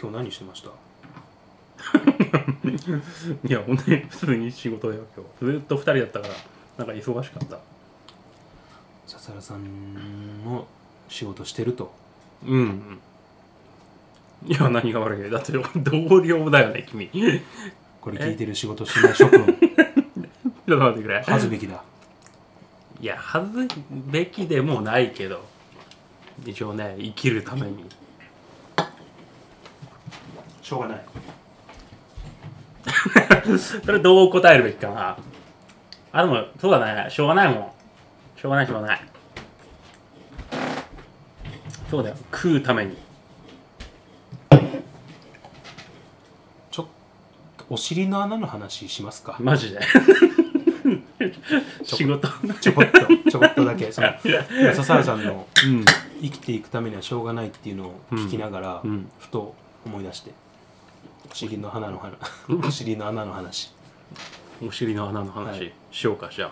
今日何してましたいや本当に普通に仕事だよ今日ずっと2人だったからなんか忙しかった笹原さんの仕事してるとうんうんいや何が悪いだって同僚だよね君ちょっこれ聞いてる仕事しない諸 君と待ってくれ恥ずべきだいや恥ずべきでもないけど一応ね生きるためにしょうがないそれどう答えるべきかなあでもそうだねしょうがないもんしょうがないしょうがないそうだよ食うためにちょっとお尻の穴の話しますかマ ジで仕事ちょこっとちょこっとだけその笹原さんのうん生きていくためにはしょうがないっていうのを聞きながら、うんうんふと思い出してお尻の花の花 お尻の穴の話お尻の穴の話、はいしようかじゃあ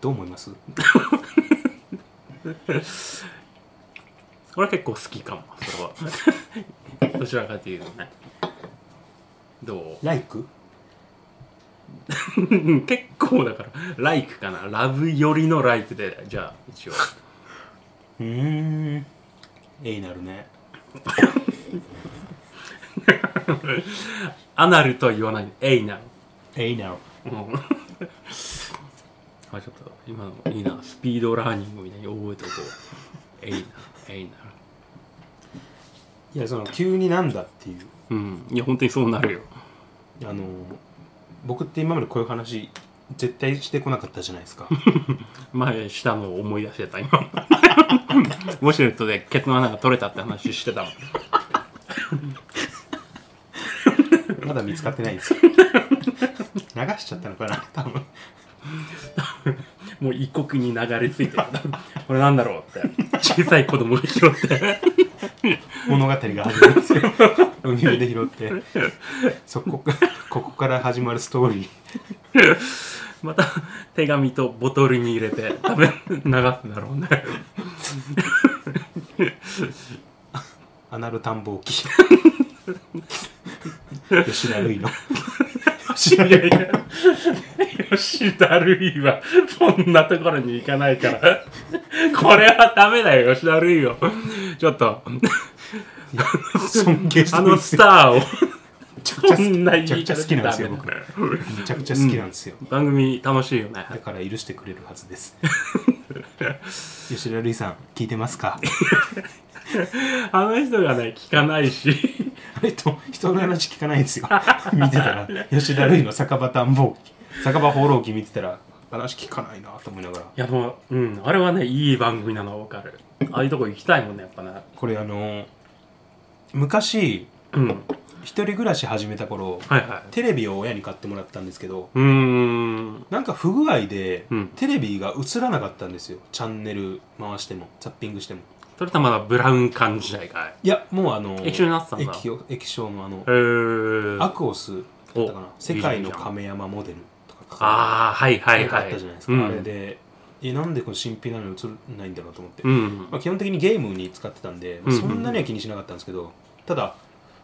どう思います俺は結構好きかもそれは どちらかというとねどライクううん 結構だからライクかなラブ寄りのライクでじゃあ一応うーん絵になるねアナルとは言わないエイナル絵になるうん あちょっと今のいいなスピードラーニングみたいに覚えておこうエイナエイナいやその急になんだっていううんいや本当にそうなるよあの僕って今までこういう話絶対してこなかったじゃないです か前したのを思い出してた今 ウォシュレットでケツの穴が取れたって話してたもんまだ見つかってないですよ流しちゃったのかな多分もう異国に流れ着いてるこれなんだろうって小さい子供が拾って物語が始まるんですよ 海辺で拾ってそこかここから始まるストーリまた手紙とボトルに入れて多分流すんだろうねーアナル探訪 記吉田類のいやいや吉田類はそんなところに行かないからこれはダメだよ吉田類をちょ っと尊敬してあるんのでスすタよーをそんなめちゃ言くいちゃ方好きなんですよダメ僕だめちゃくちゃ好きなんですよ、番組楽しいよねだから許してくれるはずです 吉田類さん聞いてますかあの人がね聞か ないしあれと人の話聞かないんですよ 見てたら吉田類の酒場探訪記酒場放浪記見てたら話聞かないなと思いながらいやもう、うん、あれはね、いい番組なのはわかる。ああいうとこ行きたいもんね、やっぱね。これあの昔うん。一人暮らし始めた頃はいはい。テレビを親に買ってもらったんですけどうーん。なんか不具合で、うんテレビが映らなかったんですよチャンネル回してもザッピングしてもそれとはまだブラウン管時代かい。いやもうあの液晶になってたんだ液を液晶のあのえー。アクオスだったかなお世界の亀山モデルとか書かああ、はいはれいてあはっい。たじゃないですか、うん、あれ。でえなんでこの新品なのに映らないんだろうと思って、うん。まあ、基本的にゲームに使ってたんで、まあうんそんなには気にしなかったんですけど、ただ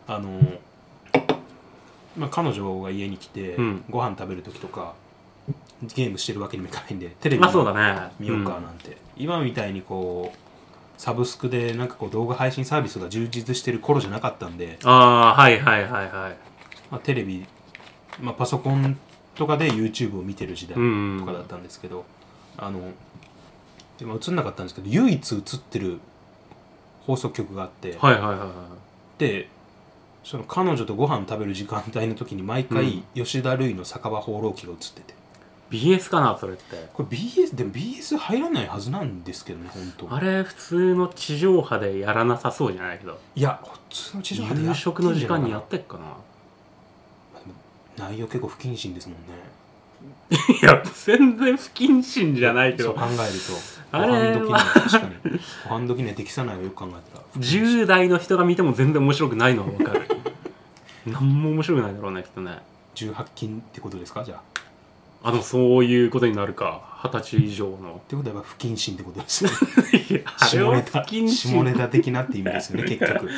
あの、まあ、彼女が家に来て、うんご飯食べる時とかゲームしてるわけにもいかないんでテレビまあそうだね。見ようかなんて、今みたいにこうサブスクでなんかこう動画配信サービスが充実してる頃じゃなかったんで、うん。ああ、はいはいはいはい。まあ、テレビ、まあ、パソコンとかで YouTube を見てる時代うん。とかだったんですけど、あのでも映んなかったんですけど唯一映ってる放送局があって、はいはいはいはでその彼女とご飯食べる時間帯の時に毎回吉田類の酒場放浪記が映っててい。BS かな、それって。これ BS でも BS 入らないはずなんですけどね本当あれ、普通の地上波でやらなさそうじゃないけど。いや普通の地上波でやって夕ん食の時じゃない間かになやってっかな。内容結構不謹慎ですもんねいや、全然不謹慎じゃないけそうど考。えると あご飯れ時には確かにご飯時には適さないをよく考え たら10代の人が見ても全然面白くないのはわか る何も面白くないだろうねきっとね18禁ってことですかじゃああでもそういうことになるか二十歳以上 のてことはやっぱ不謹慎ってことですよねいやあれ下はネ不タ謹下ネ慎タ的なって意味ですよ ね結局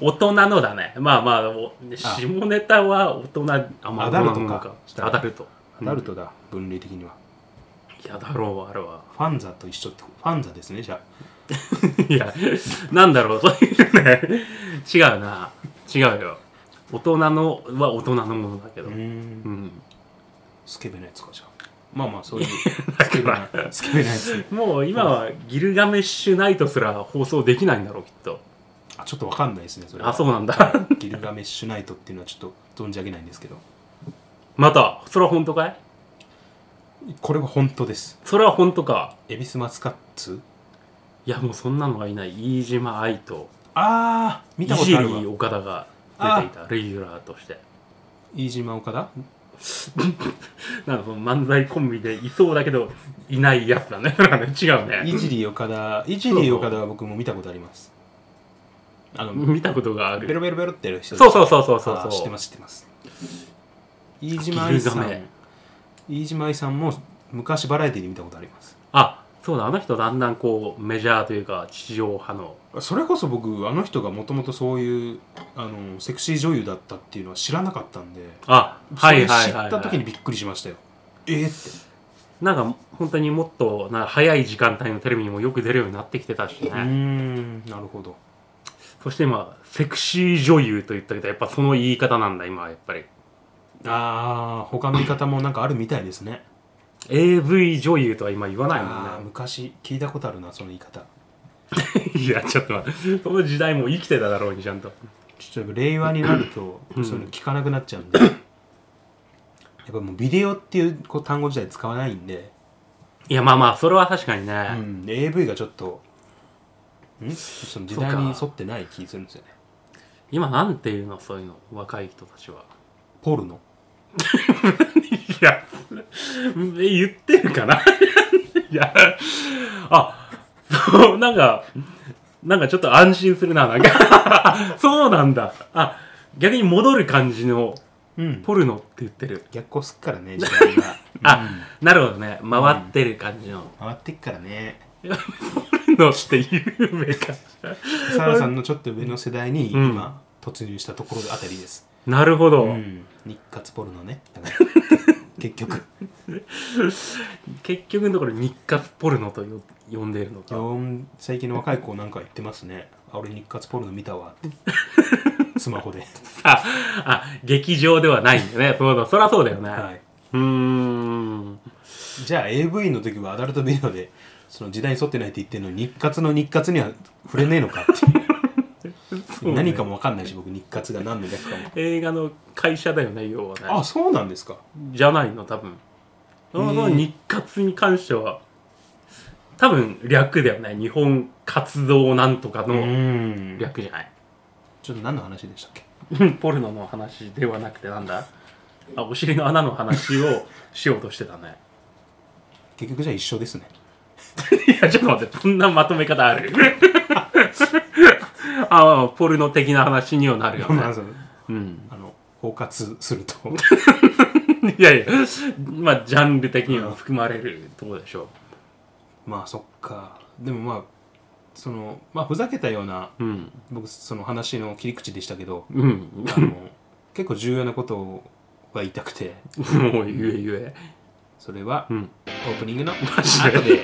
大人のだねまあまあお下ネタは大人あまあアダルトか大人なのしたらアダルトアダルトだ分類的にはうんいやだろうあれはファンザと一緒ってファンザですねじゃいやなんだろうそういうね違うな違うよ大人のは大人のものだけあどううん、んスケベなやつかじゃあまあまあそういうスケベなスケベなやつもう今はギルガメッシュナイトすら放送できないんだろうきっとあちょっとわかんないですねそれはあそうなんだ ギルガメッシュナイトっていうのはちょっと存じ上げないんですけどまたそれは本当かいこれは本当ですそれは本当かエビスマスカッツいやもうそんなのはいない飯島愛とああ見イたこジとリあるわー岡田が出ていたレギュラーとして飯島岡田なんかその漫才コンビでいそうだけどいないやつだね だからね違うねイジリー岡田イジリー岡田は僕も見たことありますあの見たことがあベるロベロベロってやる人そうそうそうそうそうあーそう知ってます知ってます飯島愛さギルガメん飯島愛さんも昔バラエティで見たことありますあそうだあの人だんだんこうメジャーというか地上派のそれこそ僕あの人がもともとそういうあのセクシー女優だったっていうのは知らなかったんであはそいれはいはい、はい、知った時にびっくりしましたよえー、ってなんか本当にもっとな早い時間帯のテレビにもよく出るようになってきてたしね、うーんなるほどそして今セクシー女優と言ったけどやっぱその言い方なんだ今はやっぱりああ他の言い方もなんかあるみたいですね AV 女優とは今言わないもんあー昔聞いたことあるなその言い方ね いやちょっと待ってその時代も生きてただろうにちゃんとちょっとやっぱ令和になるとうんそういうの聞かなくなっちゃうんでやっぱもうビデオっていうこう単語自体使わないんで、いやまあまあそれは確かにうね、ん、AV がちょっとんその時代に沿ってない気するんですよね今なんていうのそういうの若い人たちはポルノいやそれ言ってるかな いやあそうなんかなんかちょっと安心するななんか そうなんだあ逆に戻る感じのうんポルノって言ってる逆行すっからね時代 があ、なるほどね回ってる感じの、 うん回ってっからねポルノって有名かサラさんのちょっと上の世代に今、突入したところあたりですなるほど、うん日活ポルノね だから結局結局のところ日活ポルノとよ呼んでいるのかうん最近の若い子なんか言ってますねあ俺日活ポルノ見たわって スマホでああ劇場ではないんだねそうだそりゃそうだよね、はいうーんじゃあ AV の時はアダルトビデオでその時代に沿ってないって言ってるのに日活の日活には触れねえのかっていう何かも分かんないし僕日活が何の略かも映画の会社だよね要はねあそうなんですかじゃないの多分そのへーその日活に関しては多分略だよね日本活動なんとかうのん略じゃない、 ちょっと何の話でしたっけポルノの話ではなくてなんだあお尻の穴の話をしようとしてたね結局じゃあ一緒ですね いやちょっと待ってそんなまとめ方あ るあまあポルノ的な話にはなるよ まあね、そのうん、あの包括すると いやいやまあジャンル的には含まれるとこでしょまあそっかでもまあそのまあふざけたようなううん僕その話の切り口でしたけどうんあの結構重要なことが言いたくてもうゆえゆえそれはうんオープニングのジで後で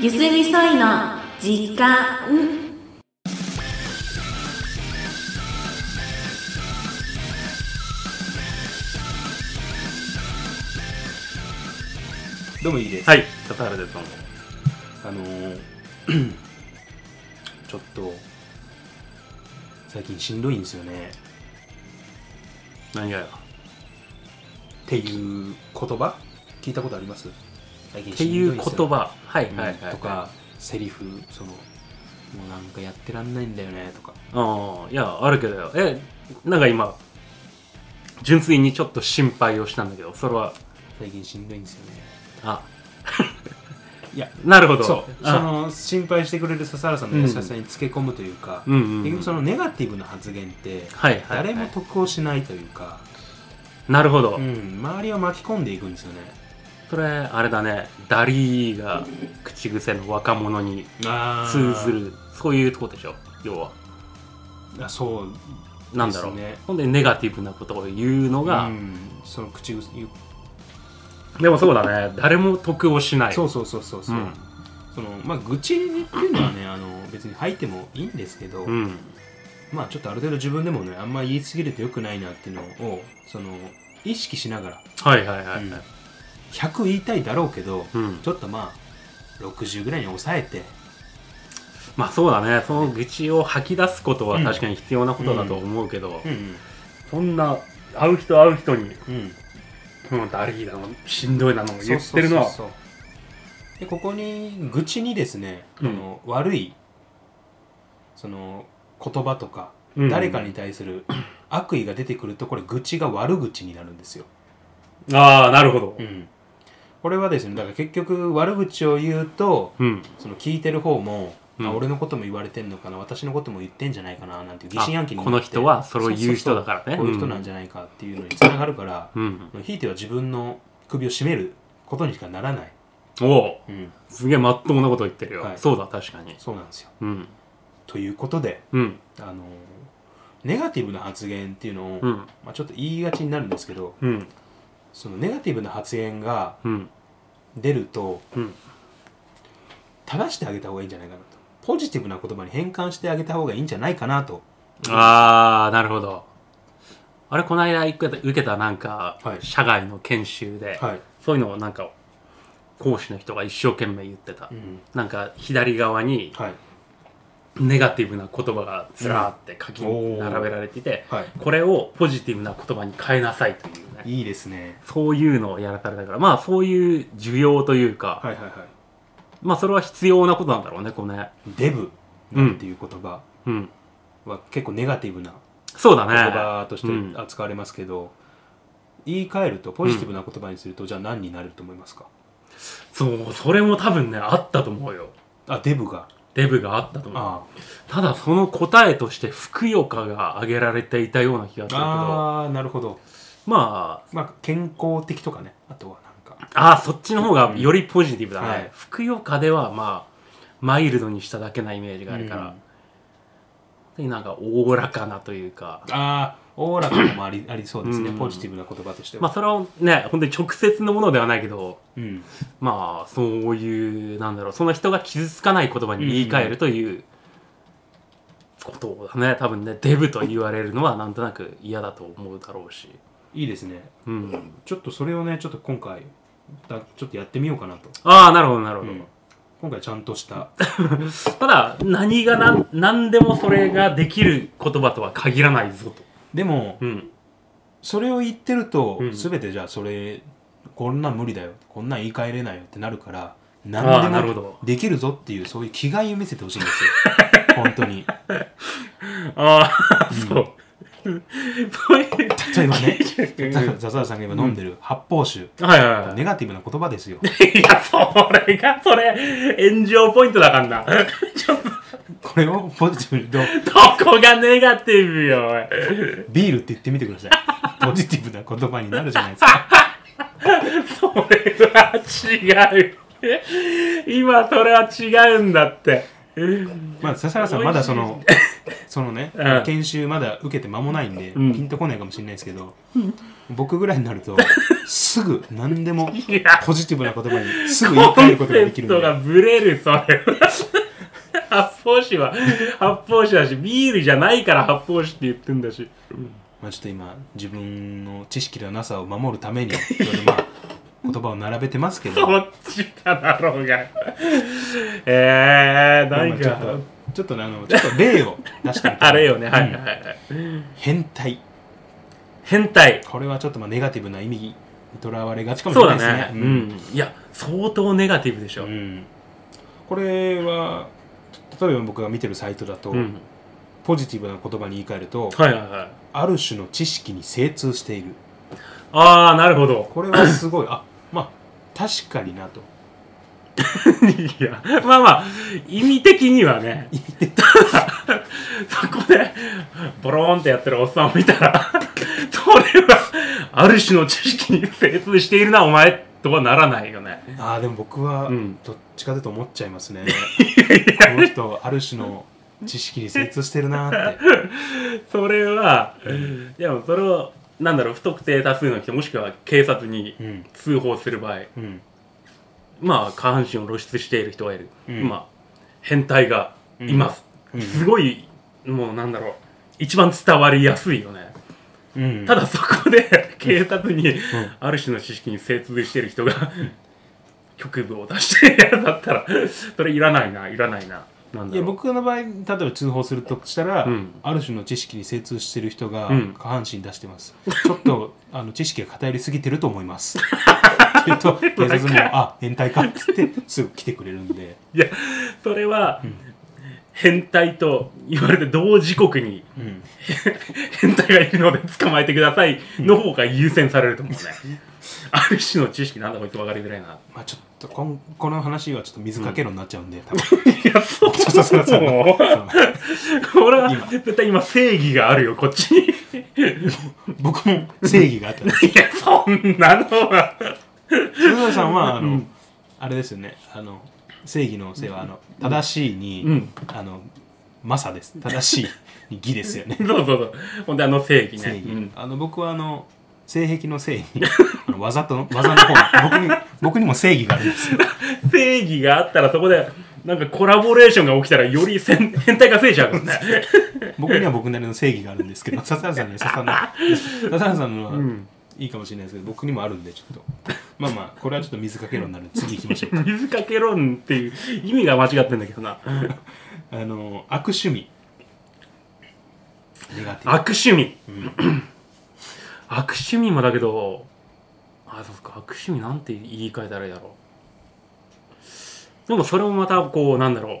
ゆすみそいの時間どうもいいです、 はい笠原ですどうもあの ーちょっと最近しんどいんですよね何がよっていう言葉聞いたことあります最近ってしんどいういん言ですよ葉はいはいはいとかセリフそのもうなんかやってらんないんだよねとかああいやあるけどよえなんか今純粋にちょっと心配をしたんだけどそれは最近しんどいんですよねあ いいやなるほどそうそあの心配してくれる笹原さんの優しさにつけ込むというか、うんうんうん結局そのネガティブな発言ってはいはい、誰も得をしないというか、なるほど、うん、周りを巻き込んでいくんですよねそれあれだねダリーが口癖の若者にあ通ずるそういうとこでしょ要はあそうなんだろう、ですねほんでネガティブなことを言うのがう、ん、その口癖ゆでもそうだね誰も得をしないそうそうそうそうそう、うんそのまあ愚痴っていうのはねあの別に入ってもいいんですけど、うんまあちょっとある程度自分でもねあんま言い過ぎると良くないなっていうのをその意識しながらはいはいはいはい、 100言いたいだろうけど、うんちょっとまあ60ぐらいに抑えてまあそうだねその愚痴を吐き出すことは確かに必要なことだと思うけど、んそんな会う人会う人にうん、うん、もうダリーだのしんどいなのを言ってるのはそうそうそうそうでここに愚痴にですね、うんあの悪いその言葉とか、うん誰かに対す る悪意が出てくるとこれ愚痴が悪口になるんですよ、ああなるほどうん、これはですねだから結局悪口を言うとうんその聞いてる方も、うんあ俺のことも言われてんのかな私のことも言ってんじゃないかななんていう疑あ心暗鬼になってこの人はそれを言う人だからねそうそうそうこういう人なんじゃないかっていうのにつながるから、うんひいては自分の首を絞めることにしかならない、おおうん、すげえまっとうなこと言ってるよ、はいそうだ確かにそうなんですようんということでうんあのネガティブな発言っていうのを、うんまあ、ちょっと言いがちになるんですけどうんそのネガティブな発言がうん出るとうん正してあげた方がいいんじゃないかなとポジティブな言葉に変換してあげた方がいいんじゃないかなとああなるほどあれこの間受けた受けたなんか、はい社外の研修で、はいそういうのをなんか講師の人が一生懸命言ってた、うんなんか左側にはいネガティブな言葉がずらーって書きうん並べられていて、はこれをポジティブな言葉に変えなさいというねいいいですねそういうのをやらされたからまあそういう需要というか、はいはいはいまあそれは必要なことなんだろうねこのねデブなんていう言葉うんは結構ネガティブなそうだね言葉としてうん扱われますけど、言い換えるとポジティブな言葉にすると、じゃあ何になると思いますかそうそれも多分ねあったと思うよあデブがデブがあったと思うあただその答えとしてふくよかが挙げられていたような気がするけどあーなるほどままあ健康的とかねあとはなんかああーそっちの方がよりポジティブだうんはねいふくよかではまあマイルドにしただけなイメージがあるから、うんでなんかおおらかなというかああおおらかなのもあり ありそうですね、うんポジティブな言葉としては、まあそれはね本当に直接のものではないけどうん、まあそういうなんだろうその人が傷つかない言葉に言い換えるということだね多分ねデブと言われるのはなんとなく嫌だと思うだろうしいいですねうんちょっとそれをねちょっと今回だちょっとやってみようかなと、ああなるほどなるほど、今回ちゃんとしたただ何がなん何でもそれができる言葉とは限らないぞとでもうんそれを言ってると、うん全てじゃあそれこんなん無理だよこんなん言い換えれないよってなるからあー何なでるほもどできるぞっていうそういう気概を見せてほしいんです よ本当にああ、そうそういう例えば ねうん笹原さんが今飲んでる発泡酒、はいはいはいネガティブな言葉ですよいやそれがそれ炎上ポイントだからな ちょっとこれをポジティブにどうどこがネガティブよおいビールって言ってみてく ださいポジティブな言葉になるじゃないですかそれは違う 今それは違うんだってまあ笹原さんまだそのそのね、うん研修まだ受けて間もないんで、んピンとこないかもしれないですけど、僕ぐらいになるとすぐ何でも いやポジティブな言葉にすぐ言いコ換えるンことがセできるプんでトがブレるそれは発泡酒は発泡酒だしビールじゃないから発泡酒って言ってんだしまあ、ちょっと今自分の知識のなさを守るためにいろいろまあ言葉を並べてますけど そっちかだろうがえー、まあ何まあちょかっとちょっとねあのちょっと例を出してみた あれよねはいはいうんはい変態変態これはちょっとまあネガティブな意味にとらわれがちかもしそれなういだですねねうん、いや相当ネガティブでしょ、うんこれは例えば僕が見てるサイトだと、うんポジティブな言葉に言い換えると、はいはいはいある種の知識に精通しているああなるほど これはすごいあまあ確かになといや、まあまあ、意味的にはね、ただ、そこで、ボローンってやってるおっさんを見たら、それは、ある種の知識に精通しているな、お前、とはならないよね。ああでも僕はうんどっちかでと思っちゃい ますね、この人ある種の知識に精通してるなーってそれは、いや、それを、なんだろう、不特定多数の人、もしくは警察にうん通報する場合、うんまあ、下半身を露出している人がいる。うんまあ、変態がいます。うんすごい、もうなんだろう、一番伝わりやすいよね。うんただそこで警察にんある種の知識に精通してる人が 局部を出して るやつだったらそれいらないないらないななんいだやろう僕の場合例えば通報するとしたら、うんある種の知識に精通してる人がうん下半身出してます、ちょっ とあの知識が偏りすぎてると思いますえっと警察も「あ変態か」っつってすぐ来てくれるんでいやそれは変態と言われて同時刻に うん変態がいるので捕まえてくださいの方が優先されると思う ねある種の知識なんだこいつ分かりづらいなまあちょっとこんこの話はちょっと水かけろになっちゃうん で、多分いやそうそうそう そうもうそう俺は絶対今正義があるよこっち に僕も正義があったんですいやそんなのは鈴田さんはあの、あれですよねあの正義の性はあの正しいに、うんあのマサです正しいに義ですよね そうそうそう。ほんで、あの正義ね。正義、うんあの僕はあの性癖の正義 あの技との技の方僕に 僕にも正義があるん ですよ正義があったら、そこで、なんかコラボレーションが起きたら、よりせん 変態が増えちゃうからね。僕には僕なりの正義があるんですけど笹原さんには笹原 の笹原さんのは、いいかもしれないですけど僕にもあるんでちょっとまあまあこれはちょっと水かけ論になるんで次行きまし ょう水かけ論っていう意味が間違ってんだけどな。あの悪趣味ネガティブ悪趣味。 悪趣味もだけど、あ、そうか、悪趣味なんて言い換えたらいいだろう。でもそれもまた、こう、なんだろう。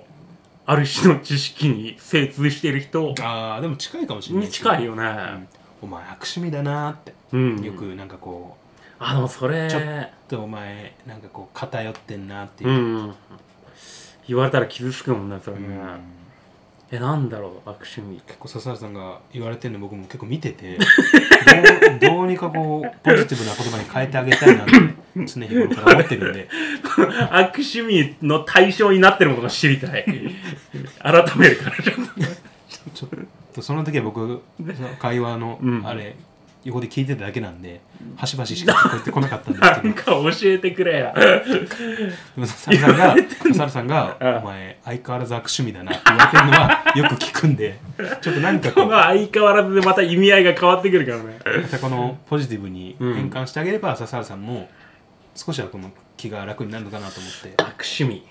ある種の知識に精通している人ああでも近いかもしれないに近いよ、ようねん。お前悪趣味だなーって、うん。よ。くなんかこあ、でもそれ。ちょっうでお前なんかこう偏ってんなーっていうう、ん言われたら傷つくもんねそれね、うんえなんだろう悪趣味 結構笹原さんが言われてるの僕も結構見ててどう どうにかこうポジティブな言葉に変えてあげたいなって常日頃から思ってるんで悪趣味の対象になってるものを知りたい改めるからちょっとちょっとその時は僕の会話のうんあれ、横で聞いてただけなんで端々しか聞こえてこなかったんですなけどんか教えてくれやでも笹原さんが笹原さんうんが「お前相変わらず悪趣味だな」って言われてるのはよく聞くんでちょっと何かここうの相変わらずでまた意味合いが変わってくるからねまたこのポジティブに変換してあげれば笹原さんも少しはこの気が楽になるのかなと思って。悪趣味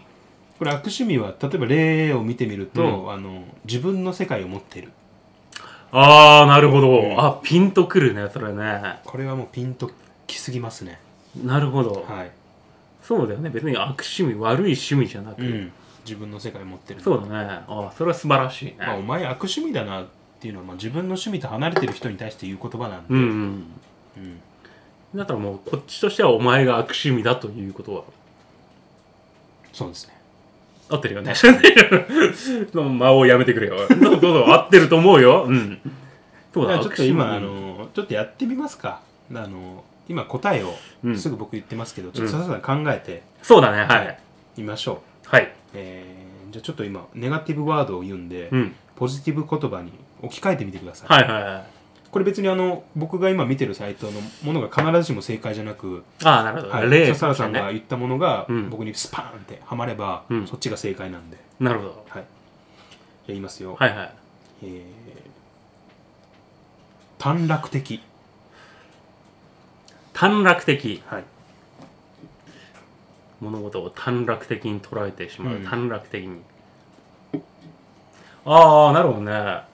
これ悪趣味は例えば例を見てみると、あの自分の世界を持ってるああなるほど、あピンとくるねそれねこれはもうピンときすぎますねなるほど、はい、そうだよね別に悪趣味悪い趣味じゃなく、うん、自分の世界を持ってるそうだねあそれは素晴らしいね、まあ、お前悪趣味だなっていうのは、まあ、自分の趣味と離れてる人に対して言う言葉なんで、うんうんうんだったらもうこっちとしてはお前が悪趣味だということはそうですね合ってるよね その間をやめてくれよそうそうそう合ってると思うようんそうだからだちょっと今あ悪趣味のちょっとやってみますかあの今答えをうんすぐ僕言ってますけど、ちょっと笹原さん考えてそうだねはいみましょう、はいえーじゃあちょっと今ネガティブワードを言うんで、うんポジティブ言葉に置き換えてみてくださいはいはいはいこれ別にあの僕が今見てるサイトのものが必ずしも正解じゃなく、ああなるほど、はい、例笹原さんがね言ったものがうん僕にスパーンってはまれば、うんそっちが正解なんで、なるほどはい、じゃあ言いますよ、はいはいえー短絡的、短絡的はい物事を短絡的に捉えてしまう、うん短絡的にああなるほどね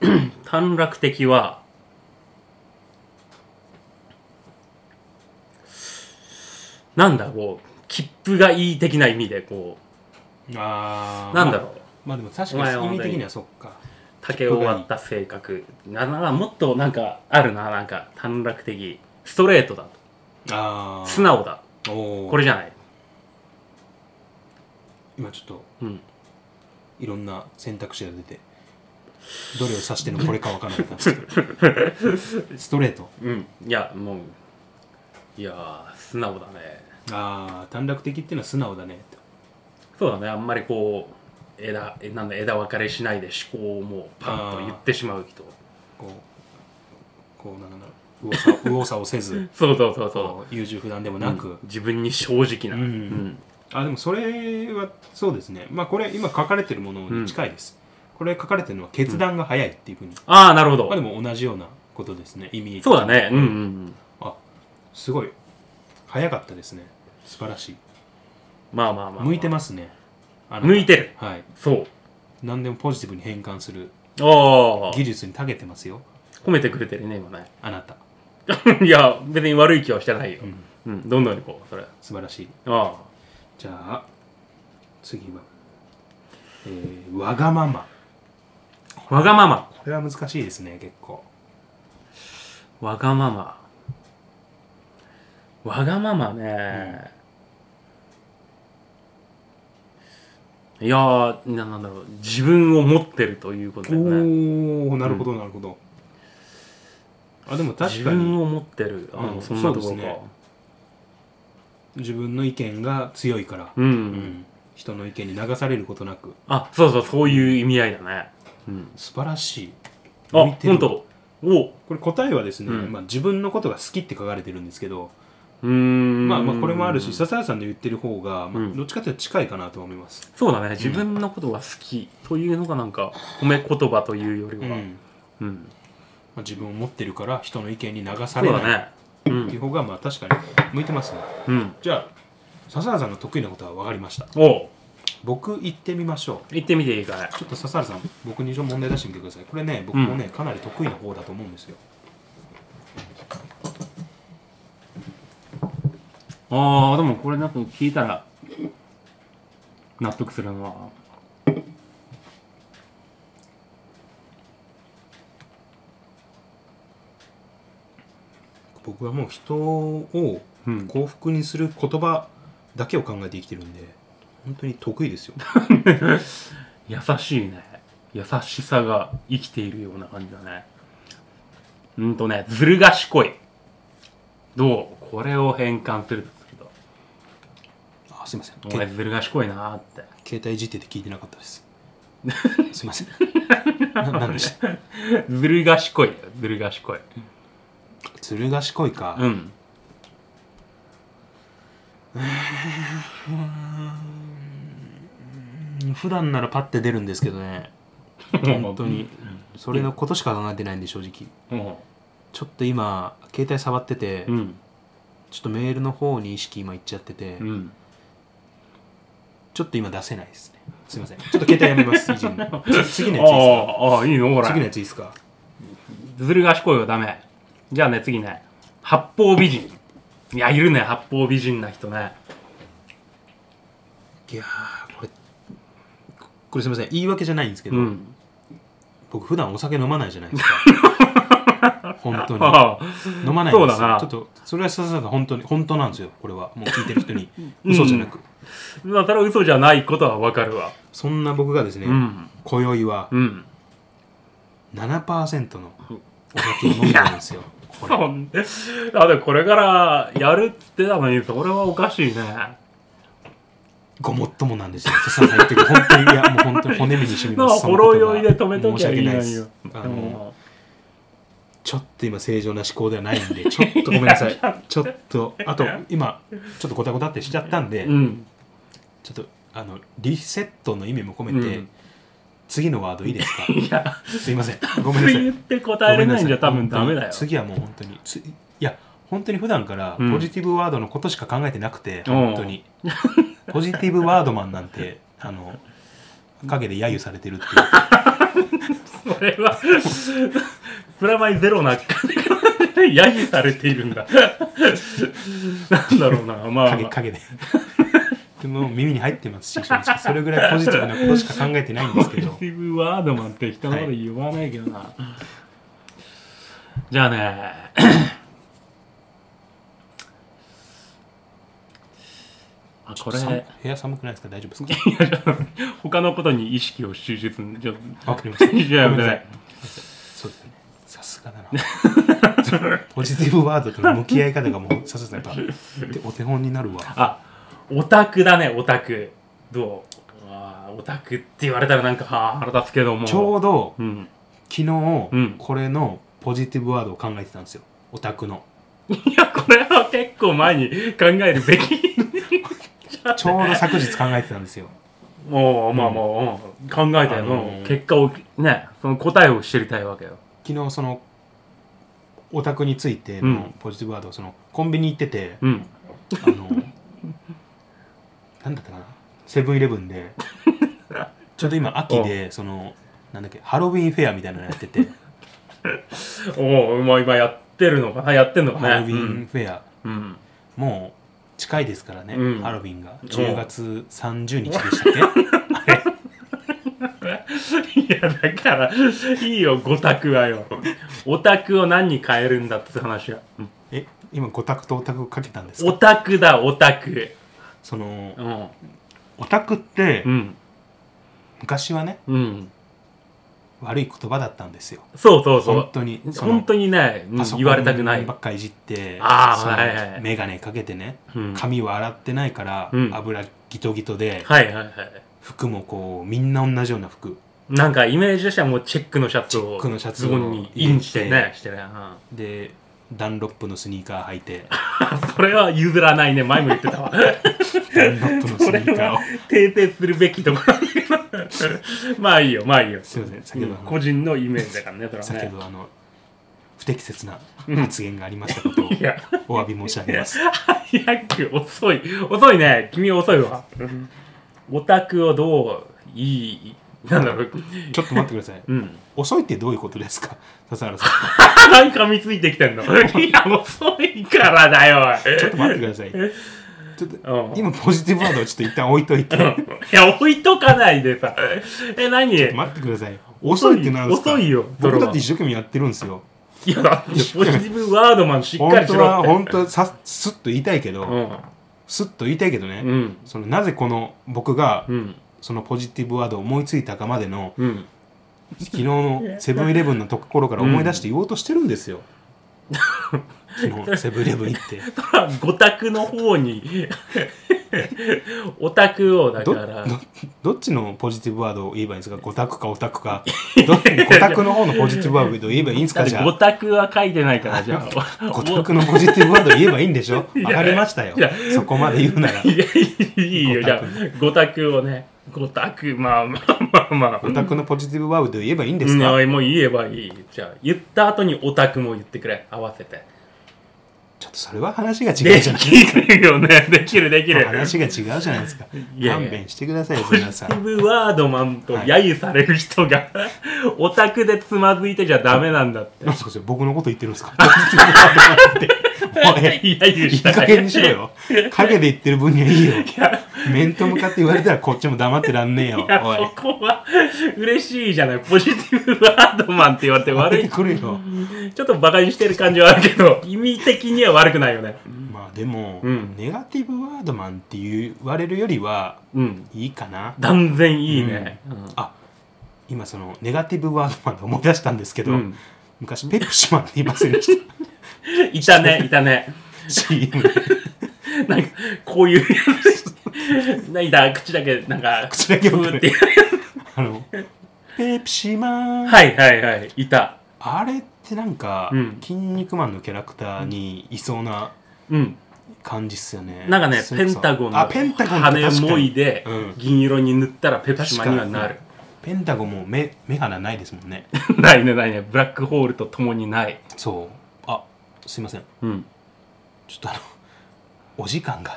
短絡的はなんだこう切符がいい的な意味でこあーうなんまあだろうまあでも確おか前はに意本味当に的にはそっか竹を割った性格ななもっとなんかあるななんか短絡的ストレートだあ素直だあおおこれじゃない今ちょっと うんいろんな選択肢が出てどれを指してのこれか分からなかったんです けどストレートうんいやもういやー素直だねああ短絡的っていうのは素直だねとそうだねあんまりこう枝えなんだ枝分かれしないで思考をもうパンと言ってしまう人こうこうなんだろう右往左右往左往せ ずそうそうそうそこう優柔不断でもうなく、うん自分に正直なうんあでもそれはそうですねまあこれ今書かれてるものに近いです、これ書かれてるのは決断が早いっていうふうに、ああなるほどまあでも同じようなことですね意味そうだねうんうんうんあすごい早かったですね素晴らしいまあまあまあ、まあ、向いてますねあなた向いてるはいそう何でもポジティブに変換するああ技術に長けてますよ褒めてくれてるね今ね あなたいや別に悪い気はしてないよ、うんどんどんいこうそれあ素晴らしいあじゃあ次は、えーわがままわがままこれは難しいですね結構わがままわがままね、いやーななんだろう自分を持ってるということだよねおおなるほどなるほど、あでも自確かに分を持ってるあ、うんそんなとこそろうかですね自分の意見が強いから、うん、うん人の意見に流されることなくあそうそうそういう意味合いだね、うん、素晴らしいあ向いてる本当おこれ答えはですね、うんまあ、自分のことが好きって書かれてるんですけど、うーんまあ、まあこれもあるし笹谷さんで言ってる方が、まうあ、んどっちかというと近いかなと思います、そうだね自分のことが好きというのがなんか褒め言葉というよりうんは、うんまあ、自分を持ってるから人の意見に流さそうれないっだねう、ていうん方がまあ確かに向いてますねうん、じゃあ笹原さんの得意なことは分かりましたおう僕行ってみましょう行ってみていいかいちょっと笹原さん僕に問題出してみてくださいこれね僕もね、かなり得意な方だと思うんですよああでもこれなんか聞いたら納得するのは僕はもう人をうん幸福にする言葉だけを考えて生きてるんで本当に得意ですよ優しいね優しさが生きているような感じだねうんとねずる賢いどうこれを変換するとすると あすいませんお前ずる賢いなーって携帯いじってて聞いてなかったです すいませんななんでしたずる賢いだよずる賢いずる賢いか、うんうん普段ならパッて出るんですけどね本当にそれのことしか考えてないんで正直うんちょっと今携帯触ってて、うんちょっとメールの方に意識今いっちゃってて、うんちょっと今出せないですねすいませんちょっと携帯やめます いじるの次のやついいですかああいいのほら次のやついいですかずる賢いはダメじゃあね次ね八方美人いやいるね八方美人な人ねいやーこれこれすいません言い訳じゃないんですけど、うん 僕普段お酒飲まないじゃないです か本当にああ飲まないんですよそうだなちょっとそれは笹さんが本当に本当なんですよこれはもう聞いてる人 に嘘じゃなく、まあそれは嘘じゃないことはわかるわそんな僕がですね、うん今宵はうん 7%のお酒を飲んでるんですよこれそんであでもこれからやるっつってたのにそれはおかしいねごもっともなんですよ笹さん言ってる本当にいやもう本当に骨身にしみ まあますほろ酔いで止めときゃいいの申にしよ訳ないですあうのんちょっと今正常な思考ではないんでちょっとごめんな さいちょっとあと今ちょっとごたごたってしちゃったんで、うんちょっとあのリセットの意味も込めて、うん次のワードいいです かいやすいませんごめんなさい言って答えれないんじゃ多分ダメだよ次はもう本当についや本当に普段からうんポジティブワードのことしか考えてなくて、うん本当 にポジティブワードマンなんてあの陰で揶揄されてるっていうそれは プラマイゼロな感じが揶揄されているんだ なんだろうなまあ、陰陰で でも耳に入ってますし正直それぐらいポジティブなことしか考えてないんですけポジ どティブワードマンって人のこと言わないけどな、じゃあねあちょこっとれ寒部屋寒くないですか大丈夫ですか他のことに意識を集中するちょっわかりましたといやご危めんななさいいそうですねさすがだな ポジティブワードとの向き合い方がもうさすがやっぱでお手本になるわあオタクだねオタクどうあーオタクって言われたらなんかはあ腹立つけどもちょうどうん、昨日、んこれのポジティブワードを考えてたんですよオタクのいやこれは結構前に考えるべきちょうど昨日考えてたんですよ もうまあもう、うん考えたあよ、のー結果をねその答えを知りたいわけよ昨日そのオタクについてのポジティブワードをそのコンビニ行ってて、うんあのなんだったかなセブンイレブンでちょうど今秋でそのなんだっけハロウィンフェアみたいなのやって ておおまあ今やってるのかなやってんのかハロねウィンフェア、うん、うんもう近いですからね、うんハロウィンが10月30日でした っけいやだからいいよ五択は よオタクを何に変えるんだって話がうんえ今オタクとオタクをかけたんですオかタクだオタクそのうんオタクってうん昔はねうん悪い言葉だったんですよそうそうそう本当にその本当にね、うんパソコン言われたくないばっかいじってあーそのはいはいはいメガネかけてねうんはい髪は洗ってないから、うん油ギトギトではいはい服もこうみんな同じような服なんかイメージとしてはもうチェックのシャツチェをックのシャツズをボンにインして入れね してね、うんでダンロップのスニーカー履い てそれは譲らないね前も言ってたわダンロップのスそニれーカーをは訂正するべきところまあいいよまあいいよすいません先ほどうん個人のイメージだからねそれは先ねほどあの不適切な発言がありましたことをいやお詫び申し上げます早く遅い遅いね君遅いわオタクをどういいなんだろうちょっと待ってくださいうん遅いってどういうことですか笹原さんなんかみついてきてんのいや遅いからだよおいちょっと待ってくださいちょっとうん今ポジティブワードをちょっと一旦置いといてうんいや置いとかないでさえ何待ってください遅いってなんですか遅いよそれ僕はだって一生懸命やってるんですよいやだってポジティブワードマンしっか本りし当ろはって本当はさスッと言いたいけど、スッと言いたいけどね、うんうんそのなぜこの僕がうんそのポジティブワードを思いついたかまでのうん昨日のセブンイレブンのところから思い出して言おうとしてるんですよ、昨日セブンイレブン行 って五択の方に オタクをだかどらどどっちのポジティブワードを言えばいいんですか五択かオタク かど五択の方のポジティブワードを言えばいいんですだかっじてゃ五あ択は書いてないからじゃ あ五択のポジティブワードを言えばいいんでしょ いやわかりましたよいやそこまで言う ならいやいいよじゃあ五択をね五択まあまあまあまあオタクのポジティブワードを言えばいいんですうんか、あもう言えばいいじゃあ言った後にオタクも言ってくれ合わせてちょっとそれは話が違でうじゃないきるよねできるできる話が違うじゃないですかいやいや勘弁してくださいよポジ皆テさィんブワードマンとはい揶揄される人が、オタクでつまずいてちゃダメなんだってなんですかそれ僕のこと言ってるん ですかポジティブワードなんておい揶揄いいした加減にしろよ陰で言ってる分にはいいよいや面と向かって言われたらこっちも黙ってらんねえよいやおいそこは嬉しいじゃないポジティブワードマンって言われて悪出ていくるよちょっとバカにしてる感じはあるけど意味的には悪くないよねまあでも、うんネガティブワードマンって言われるよりはうんいいかな断然いいね、うんあ今そのネガティブワードマンで思い出したんですけど、うん昔ペプシマンって言いませんでし いたねいたねた CM でなんかこういう やつなんだ口だけなんか口だけふ送るーってあのペプシマン、はいはいはいいたあれってなんか、うん筋肉マンのキャラクターにいそうなうん感じっすよねなんかねそれペこンそタゴンあペンタゴンって羽確かもいにでうん銀色に塗ったらペプシマンにはなるペンタゴンも目目鼻ないですもんね ないねないねブラックホールと共にないそうあすいませんうんちょっとあのお時間 が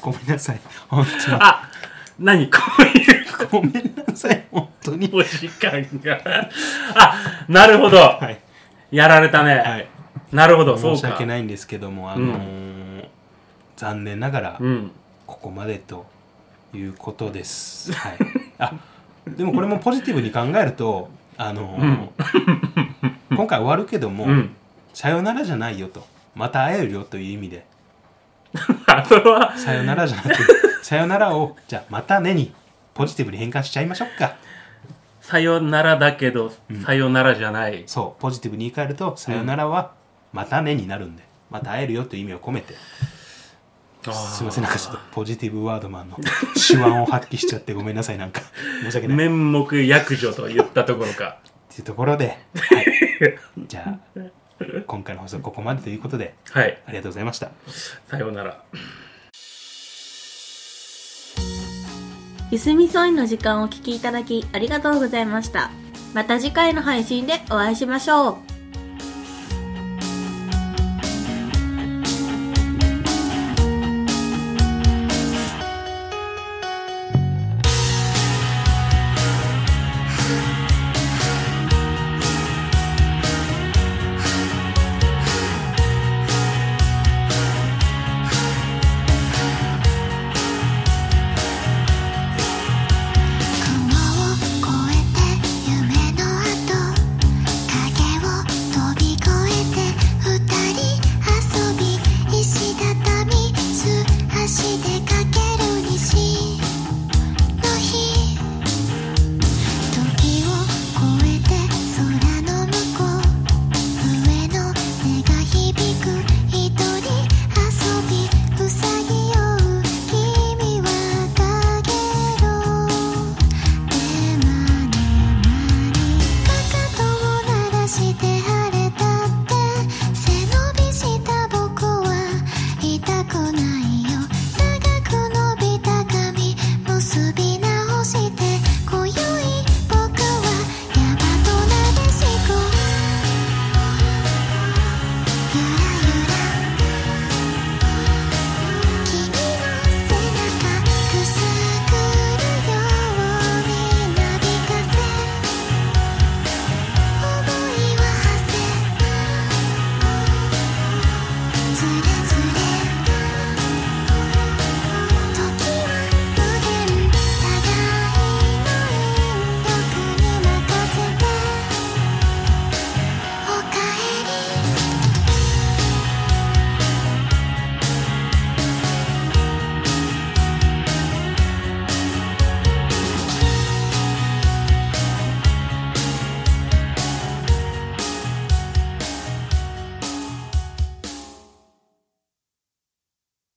ごめんなさい本あ何こういう当にごめんなさい本当に お時間が あなるほど、はいやられたね、はいなるほどそう申かし訳ないんですけどもあのー残念ながら、うんここまでということです。はい、あでもこれもポジティブに考えると、あの今回終わるけども、うん さよならじゃないよとまた会えるよという意味であそれはさよならじゃなくて さよならをじゃあまたねにポジティブに変換しちゃいましょうかさよならだけど、さよならじゃないそうポジティブに言い換えるとさよならはまたねになるんでまた会えるよという意味を込めてすいませんなんかちょっとポジティブワードマンの手腕を発揮しちゃってごめんなさいなんか申し訳ないっ面目役所と言ったところかていうところで、はい、じゃあ今回の放送ここまでということではいありがとうございましたさようならゆすみそいの時間をお聞きいただきありがとうございましたまた次回の配信でお会いしましょう